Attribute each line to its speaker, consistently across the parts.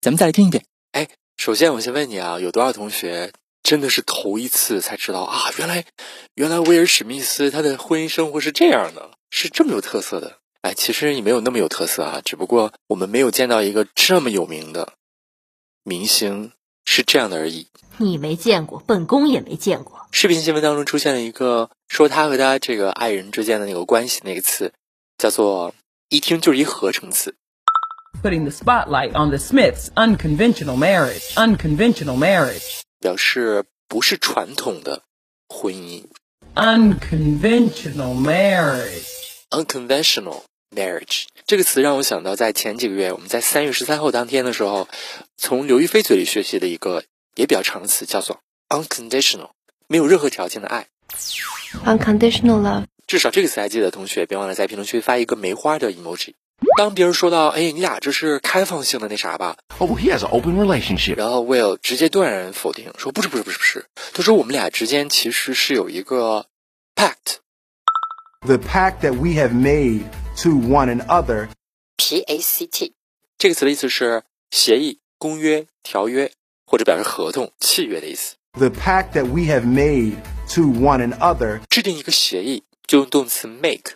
Speaker 1: 咱们再来听一遍。哎，首先我先问你啊，有多少同学真的是头一次才知道啊？原来，原来威尔史密斯他的婚姻生活是这样的，是这么有特色的。哎，其实也没有那么有特色啊，只不过我们没有见到一个这么有名的明星是这样的而已。
Speaker 2: 你没见过，本宫也没见过。
Speaker 1: 视频新闻当中出现了一个说他和他这个爱人之间的那个关系那个词，叫做一听就是一合成词。
Speaker 3: putting the spotlight on the Smiths' unconventional marriage. Unconventional marriage.
Speaker 1: 表示不是传统的婚姻
Speaker 3: Unconventional marriage.
Speaker 1: （unconventional marriage） 这个词让我想到，在前几个月我们在三月十三号当天的时候，从刘亦菲嘴里学习的一个也比较长的词，叫做 unconditional，没有任何条件的爱。
Speaker 4: unconditional love，
Speaker 1: 至少这个词还记得，同学别忘了在评论区发一个梅花的 emoji。当别人说到“哎，你俩这是开放性的那啥吧
Speaker 5: Oh, he has an open relationship.
Speaker 1: 然后 Will 直接断然否定，说不是不是不是不是，他说我们俩之间其实是有一个 pact，
Speaker 6: the pact that we have made to one another
Speaker 7: PACT
Speaker 1: 这个词的意思是协议、公约、条约，或者表示合同、契约的意思。
Speaker 6: the pact that we have made to one another
Speaker 1: 制定一个协议就用动词 make。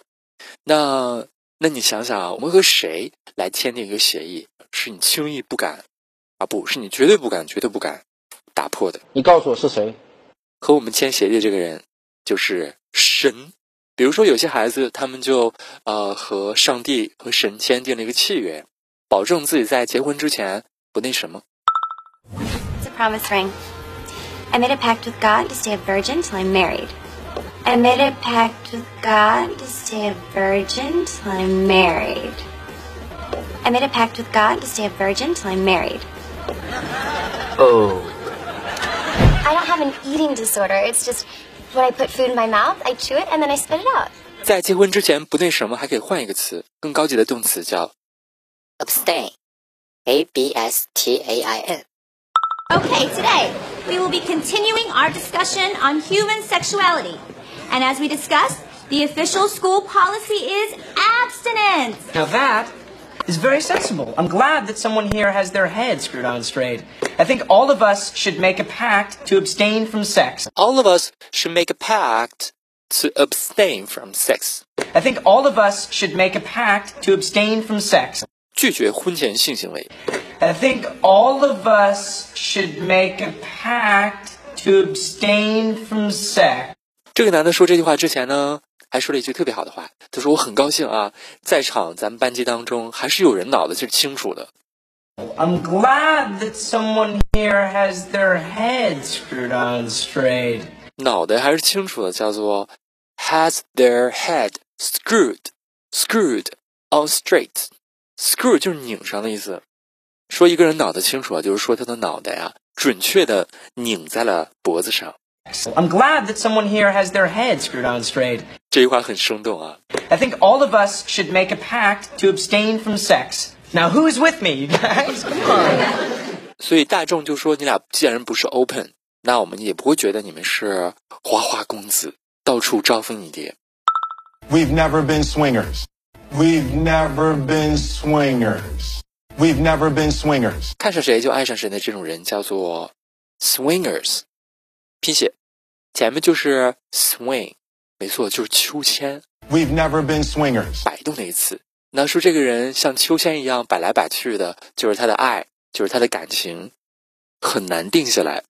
Speaker 1: 那那你想想啊，我们和谁来签订一个协议，是你轻易不敢啊，不是你绝对不敢、绝对不敢打破的。
Speaker 8: 你告诉我是谁？
Speaker 1: 和我们签协议的这个人就是神。比如说，有些孩子他们就呃和上帝和神签订了一个契约，保证自己在结婚之前不那什么。
Speaker 9: It's a promise ring. I made a pact with God to stay a virgin till I'm married. I made a pact with God to stay a virgin till I'm married. I made a pact with God to stay a virgin till I'm married.
Speaker 5: Oh,
Speaker 9: I don't have an eating disorder. It's just when I put food in my mouth, I chew it and then I spit it out.
Speaker 1: 在结婚之前不那什么，还可以换一个词，更高级的动词叫
Speaker 7: Abstain. A B S T A I N.
Speaker 10: Okay, today we will be continuing our discussion on human sexuality. And as we discussed, the official school policy is abstinence.
Speaker 3: Now that is very sensible. I'm glad that someone here has their head screwed on straight. I think all of us should make a pact to abstain from sex.
Speaker 1: All of us should make a pact to abstain from sex，
Speaker 3: I think all of us should make a pact to abstain from sex.
Speaker 1: 拒绝婚前性行为。
Speaker 3: I think all of us should make a pact to abstain from sex.
Speaker 1: 这个男的说这句话之前呢，还说了一句特别好的话，他说：“我很高兴啊，在场咱们班级当中还是有人脑子是清楚的。
Speaker 3: I'm glad that someone here has their head screwed on straight.
Speaker 1: 脑袋还是清楚的，叫做 has their head screwed screwed on straight。screw 就是拧上的意思。说一个人脑子清楚啊，就是说他的脑袋啊，准确的拧在了脖子上。
Speaker 3: I'm glad that someone here has their head screwed on straight.
Speaker 1: 这句话很生动啊。
Speaker 3: I think all of us should make a pact to abstain from sex. Now, who's with me, you guys? Come on.
Speaker 1: 所以大众就说你俩既然不是 open，那我们也不会觉得你们是花花公子，到处招蜂引蝶。
Speaker 6: we've never been swingers we've never been swingers we've never been swingers
Speaker 1: 看上谁就爱上谁的这种人叫做 swingers，拼写，前面就是 swing，没错，就是秋千，
Speaker 6: we've never been swingers
Speaker 1: 摆动的一词。那说这个人像秋千一样摆来摆去的，就是他的爱，就是他的感情，很难定下来，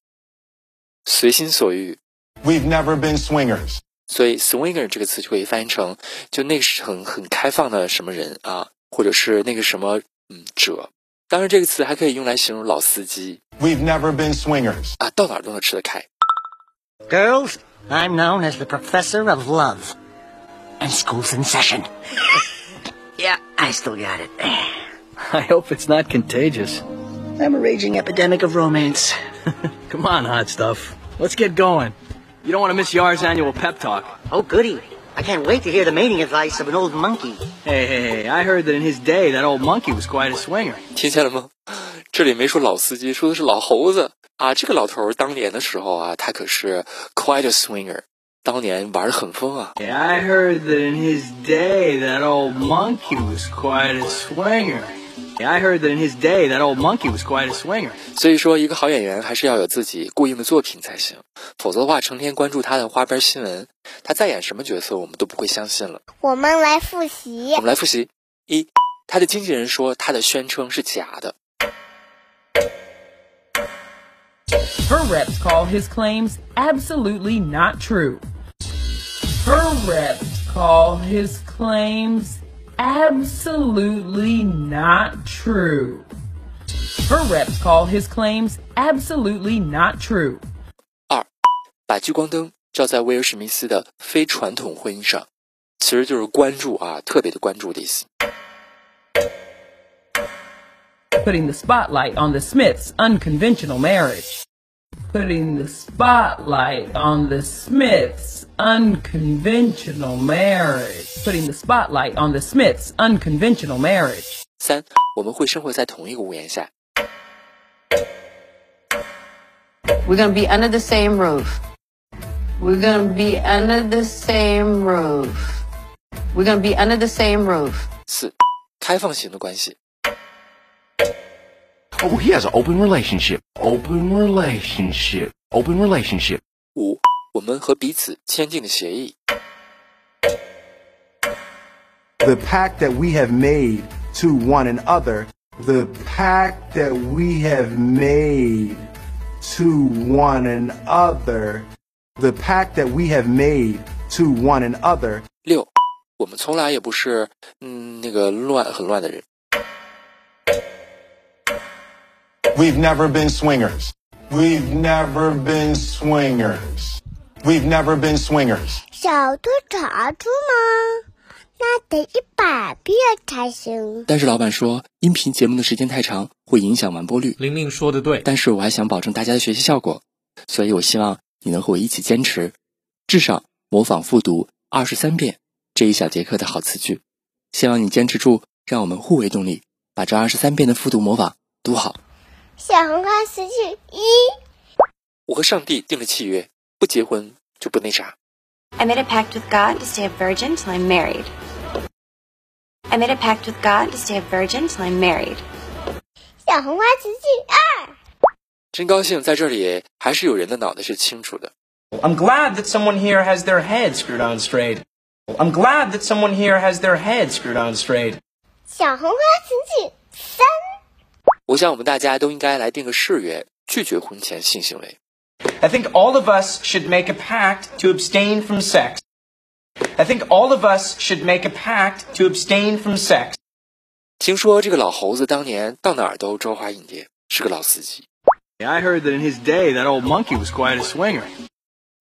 Speaker 1: 随心所欲。
Speaker 6: we've never been swingers
Speaker 1: 所以 swinger 这个词就可以翻译成就那个是很很开放的什么人啊，或者是那个什么嗯者。当然，这个词还可以用来形容老司机
Speaker 6: we've never been swingers
Speaker 1: 啊，到哪儿都能吃得开。
Speaker 8: Girls, I'm known as the Professor of Love. And school's in session. yeah, I still got it. I hope it's not contagious. I'm a raging epidemic of romance.
Speaker 11: Come on, hot stuff. Let's get going. You don't want to miss Yar's annual pep talk.
Speaker 8: Oh, goody. I can't wait to hear the mating advice of an old monkey.
Speaker 11: Hey, hey, hey, I heard that in his day, that old monkey was quite a swinger.
Speaker 1: 听见了吗？这里没说老司机，说的是老猴子啊。这个老头儿当年的时候啊，他可是 quite a swinger，当年玩的很疯啊。
Speaker 11: Yeah, I heard that in his day, that old monkey was quite a swinger. Yeah, I heard that in his day, that old monkey was quite a swinger.
Speaker 1: 所以说，一个好演员还是要有自己过硬的作品才行，否则的话，成天关注他的花边新闻，他再演什么角色我们都不会相信了。
Speaker 12: 我们来复习
Speaker 1: 我。们来复习：一，他的经纪人说他的宣称是假的；
Speaker 13: Her reps call his claims absolutely not true. Her reps call his claims absolutely not true. Her reps call his claims absolutely not true.
Speaker 1: 二，把聚光灯照在威尔史密斯的非传统婚姻上，其实就是关注啊，特别的关注的意思。
Speaker 13: Putting the spotlight on the Smiths' unconventional marriage. Putting the spotlight on the Smiths' unconventional marriage. Putting the spotlight on the Smiths' unconventional marriage.
Speaker 1: 三，我们会生活在同一个屋檐下。
Speaker 14: We're gonna be under the same roof. We're gonna be under the same roof. We're gonna be under the same roof.
Speaker 1: 四，开放型的关系。
Speaker 5: Oh, he has an open relationship. Open relationship. Open relationship.
Speaker 1: 五，我们和彼此签订的协议。
Speaker 15: the pact that we have made to one another, the pact that we have made to one another, the pact that we have made to one another,
Speaker 1: 六，我们从来也不是嗯那个乱很乱的人。
Speaker 6: We've never been swingers. We've never been swingers. We've never been swingers.
Speaker 12: 小兔查出吗？那得一百遍才行。
Speaker 1: 但是老板说，音频节目的时间太长，会影响完播率。
Speaker 16: 玲玲说的对，
Speaker 1: 但是我还想保证大家的学习效果，所以我希望你能和我一起坚持，至少模仿复读二十三遍这一小节课的好词句。希望你坚持住，让我们互为动力，把这二十三遍的复读模仿读好。
Speaker 12: 小红花词句一，
Speaker 1: 我和上帝定了契约，不结婚就不那啥。
Speaker 9: I made a pact with God to stay a virgin till I'm married. I made a pact with God to stay a virgin till I'm married.
Speaker 12: 小红花词句二，
Speaker 1: 真高兴在这里还是有人的脑袋是清楚的。
Speaker 3: I'm glad that someone here has their head screwed on straight. I'm glad that someone here has their head screwed on straight.
Speaker 12: 小红花词句三，
Speaker 1: 我想我们大家都应该来定个誓约，拒绝婚前性行为。
Speaker 3: I think all of us should make a pact to abstain from sex. I think all of us should make a pact to abstain from sex.
Speaker 1: 听说这个老猴子当年到哪儿都周花引蝶，是个老司机。
Speaker 11: Yeah, I heard that in his day, that old monkey was quite a swinger.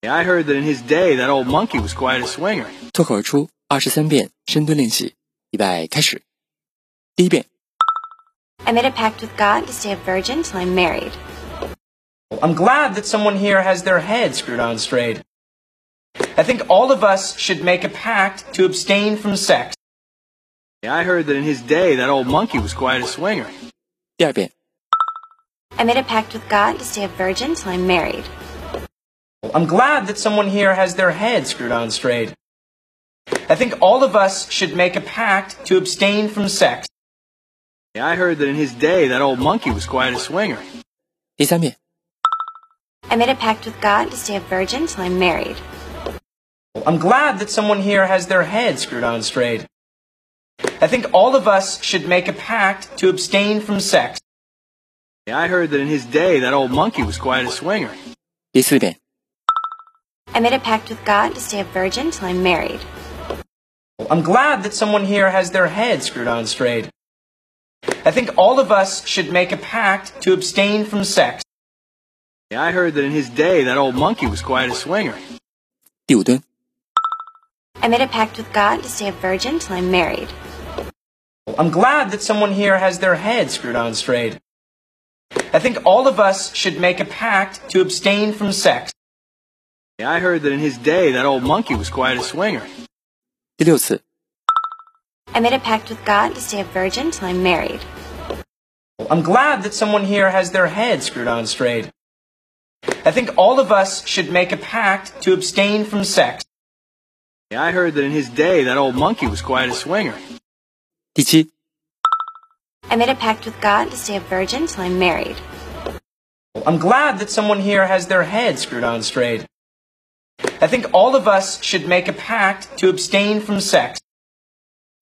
Speaker 11: Yeah, I heard that in his day, that old monkey was quite a swinger.
Speaker 1: 脱口而出二十三遍深蹲练习，预备开始。第一遍，
Speaker 9: I made a pact with God to stay a virgin till I'm married.
Speaker 3: I'm glad that someone here has their head screwed on straight. I think all of us should make a pact to abstain from sex.
Speaker 11: Yeah, I heard that in his day, that old monkey was quite a swinger.
Speaker 1: 第二遍，
Speaker 9: I made a pact with God to stay a virgin till I'm married.
Speaker 3: I'm glad that someone here has their head screwed on straight. I think all of us should make a pact to abstain from sex.
Speaker 11: Yeah, I heard that in his day, that old monkey was quite a swinger.
Speaker 1: 第三遍，
Speaker 9: I made a pact with God to stay a virgin till I'm married.
Speaker 3: I'm glad that someone here has their head screwed on straight. I think all of us should make a pact to abstain from sex.
Speaker 11: Yeah, I heard that in his day, that old monkey was quite a swinger.
Speaker 1: 第四遍，
Speaker 9: I made a pact with God to stay a virgin till I'm married.
Speaker 3: I'm glad that someone here has their head screwed on straight. I think all of us should make a pact to abstain from sex.
Speaker 11: Yeah, I heard that in his day, that old monkey was quite a swinger.
Speaker 1: 第五蹲，
Speaker 9: I made a pact with God to stay a virgin till I'm married.
Speaker 3: I'm glad that someone here has their head screwed on straight. I think all of us should make a pact to abstain from sex.
Speaker 11: Yeah, I heard that in his day, that old monkey was quite a swinger.
Speaker 1: 第六次，
Speaker 9: I made a pact with God to stay a virgin till I'm married.
Speaker 3: I'm glad that someone here has their head screwed on straight. I think all of us should make a pact to abstain from sex.
Speaker 11: Yeah, I heard that in his day, that old monkey was quite a swinger.
Speaker 1: 第七、
Speaker 9: I made a pact with God to stay a virgin till I'm married.
Speaker 3: I'm glad that someone here has their head screwed on straight. I think all of us should make a pact to abstain from sex.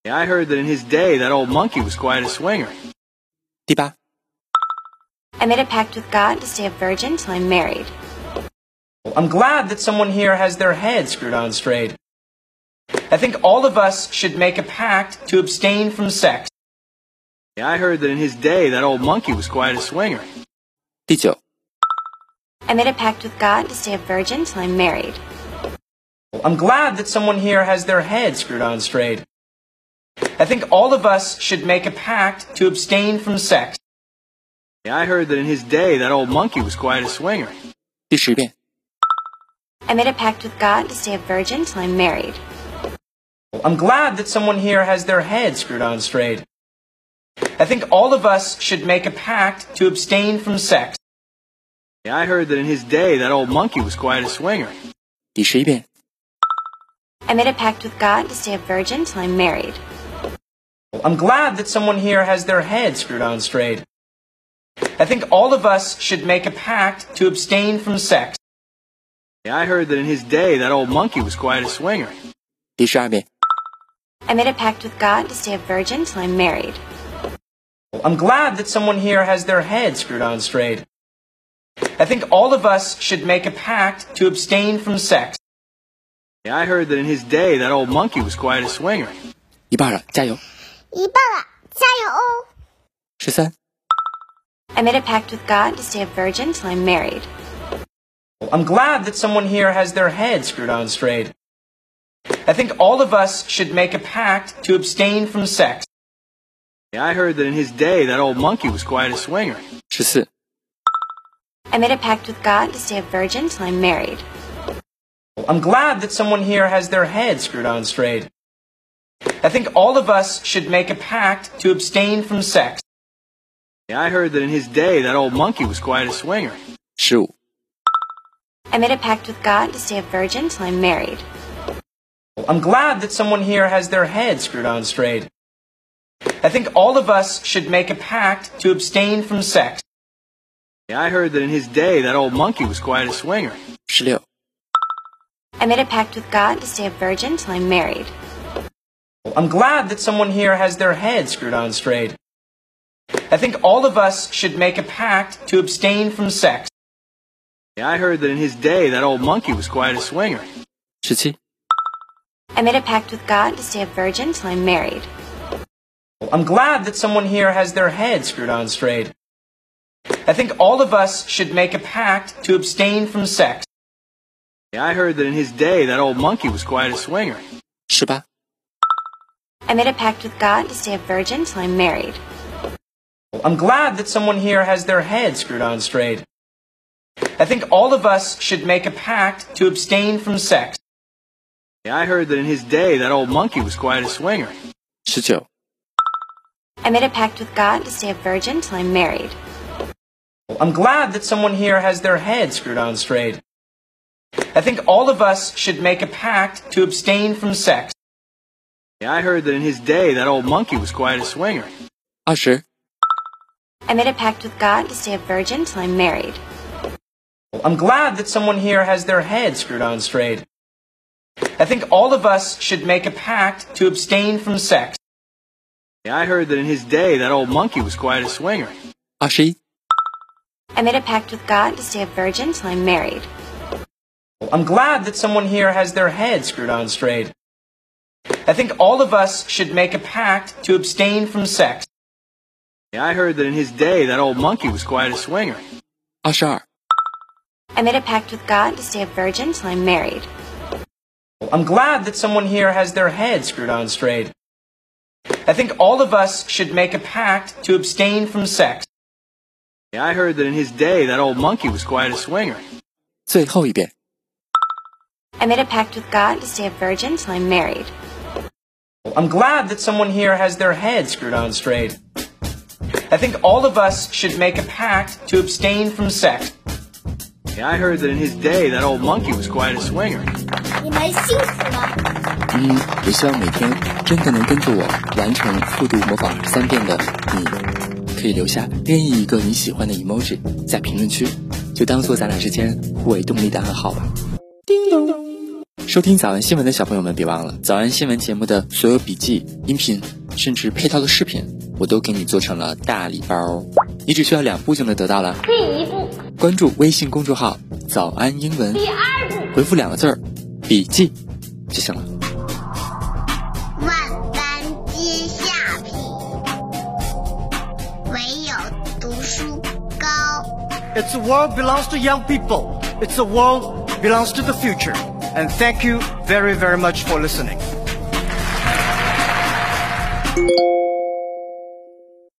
Speaker 11: Yeah, I heard that in his day, that old monkey was quite a swinger.
Speaker 1: 第八、
Speaker 9: I made a pact with God to stay a virgin till I'm married.
Speaker 3: I'm glad that someone here has their head screwed on straight. I think all of us should make a pact to abstain from sex.
Speaker 11: Yeah, I heard that in his day, that old monkey was quite a swinger.
Speaker 1: 第九、
Speaker 9: I made a pact with God to stay a virgin till I'm married.
Speaker 3: I'm glad that someone here has their head screwed on straight. I think all of us should make a pact to abstain from sex.
Speaker 11: Yeah, I heard that in his day, that old monkey was quite a swinger.
Speaker 1: 第十遍、
Speaker 9: I made a pact with God to stay a virgin till I'm married.
Speaker 3: I'm glad that someone here has their head screwed on straight. I think all of us should make a pact to abstain from sex.
Speaker 11: Yeah, I heard that in his day, that old monkey was quite a swinger.
Speaker 1: 第十一遍、
Speaker 9: I made a pact with God to stay a virgin till I'm married.
Speaker 3: I'm glad that someone here has their head screwed on straight. I think all of us should make a pact to abstain from sex.
Speaker 11: Yeah, I heard that in his day, that old monkey was quite a swinger.
Speaker 1: 第十二遍、
Speaker 9: I made a pact with God to stay a virgin till I'm married.
Speaker 3: I'm glad that someone here has their head screwed on straight. I think all of us should make a pact to abstain from sex.
Speaker 11: Yeah, I heard that in his day, that old monkey was quite a swinger.
Speaker 1: 一半了，加油！
Speaker 12: 一半了，加油哦！
Speaker 1: 十三、
Speaker 9: I made a pact with God to stay a virgin till I'm married.
Speaker 3: I'm glad that someone here has their head screwed on straight. I think all of us should make a pact to abstain from sex.
Speaker 11: Yeah, I heard that in his day, that old monkey was quite a swinger.
Speaker 1: 十四、
Speaker 9: I made a pact with God to stay a virgin till I'm married.
Speaker 3: I'm glad that someone here has their head screwed on straight. I think all of us should make a pact to abstain from sex.
Speaker 11: Yeah, I heard that in his day, that old monkey was quite a swinger.
Speaker 1: 十五、
Speaker 9: I made a pact with God to stay a virgin till I'm married.
Speaker 3: I'm glad that someone here has their head screwed on straight. I think all of us should make a pact to abstain from sex.
Speaker 11: Yeah, I heard that in his day, that old monkey was quite a swinger.
Speaker 1: 十六、
Speaker 9: I made a pact with God to stay a virgin till I'm married.
Speaker 3: I'm glad that someone here has their head screwed on straight. I think all of us should make a pact to abstain from sex.
Speaker 11: Yeah, I heard that in his day, that old monkey was quite a swinger.
Speaker 1: 十七、
Speaker 9: I made a pact with God to stay a virgin till I'm married.
Speaker 3: I'm glad that someone here has their head screwed on straight. I think all of us should make a pact to abstain from sex.
Speaker 11: Yeah, I heard that in his day, that old monkey was quite a swinger.
Speaker 1: 十八、
Speaker 9: I made a pact with God to stay a virgin till I'm married.
Speaker 3: I'm glad that someone here has their head screwed on straight. I think all of us should make a pact to abstain from sex.
Speaker 11: Yeah, I heard that in his day, that old monkey was quite a swinger.
Speaker 1: 十九、
Speaker 9: I made a pact with God to stay a virgin till I'm married.
Speaker 3: I'm glad that someone here has their head screwed on straight. I think all of us should make a pact to abstain from sex.
Speaker 11: Yeah, I heard that in his day, that old monkey was quite a swinger.
Speaker 1: 二十、
Speaker 9: I made a pact with God to stay a virgin till I'm married.
Speaker 3: I'm glad that someone here has their head screwed on straight. I think all of us should make a pact to abstain from sex.
Speaker 11: Yeah, I heard that in his day, that old monkey was quite a swinger.
Speaker 1: 二十一、
Speaker 9: I made a pact with God to stay a virgin till I'm married.
Speaker 3: I'm glad that someone here has their head screwed on straight. I think all of us should make a pact to abstain from sex.
Speaker 11: Yeah, I heard that in his day, that old monkey was quite a swinger.
Speaker 1: 二十二、
Speaker 9: I made a pact with God to stay a virgin till I'm married.
Speaker 3: I'm glad that someone here has their head screwed on straight. I think all of us should make a pact to abstain from sex.
Speaker 11: I heard that in his day, that old monkey was quite a swinger.
Speaker 1: 最后一遍，
Speaker 9: I made a pact with God to stay a virgin till I'm married.
Speaker 3: I'm glad that someone here has their head screwed on straight. I think all of us should make a pact to abstain from sex.
Speaker 11: Yeah, I heard that in his day, that old monkey was quite a swinger.
Speaker 12: 你们辛苦了。
Speaker 1: 嗯，也希望每天真的能跟着我完成复读模仿三遍的你，可以留下任意一个你喜欢的 emoji 在评论区，就当做咱俩之间互为动力的暗号吧。
Speaker 12: 叮咚，
Speaker 1: 收听早安新闻的小朋友们，别忘了早安新闻节目的所有笔记、音频，甚至配套的视频，我都给你做成了大礼包哦，你只需要两步就能得到了。
Speaker 17: 第一步，
Speaker 1: 关注微信公众号“早安英文
Speaker 17: 第”，二步，
Speaker 1: 回复两个字儿“笔记”就行了。
Speaker 12: 万般皆下品，唯有读书高。
Speaker 16: It's a world belongs to young people. It's a world belongs to the future. And thank you very, very much for listening.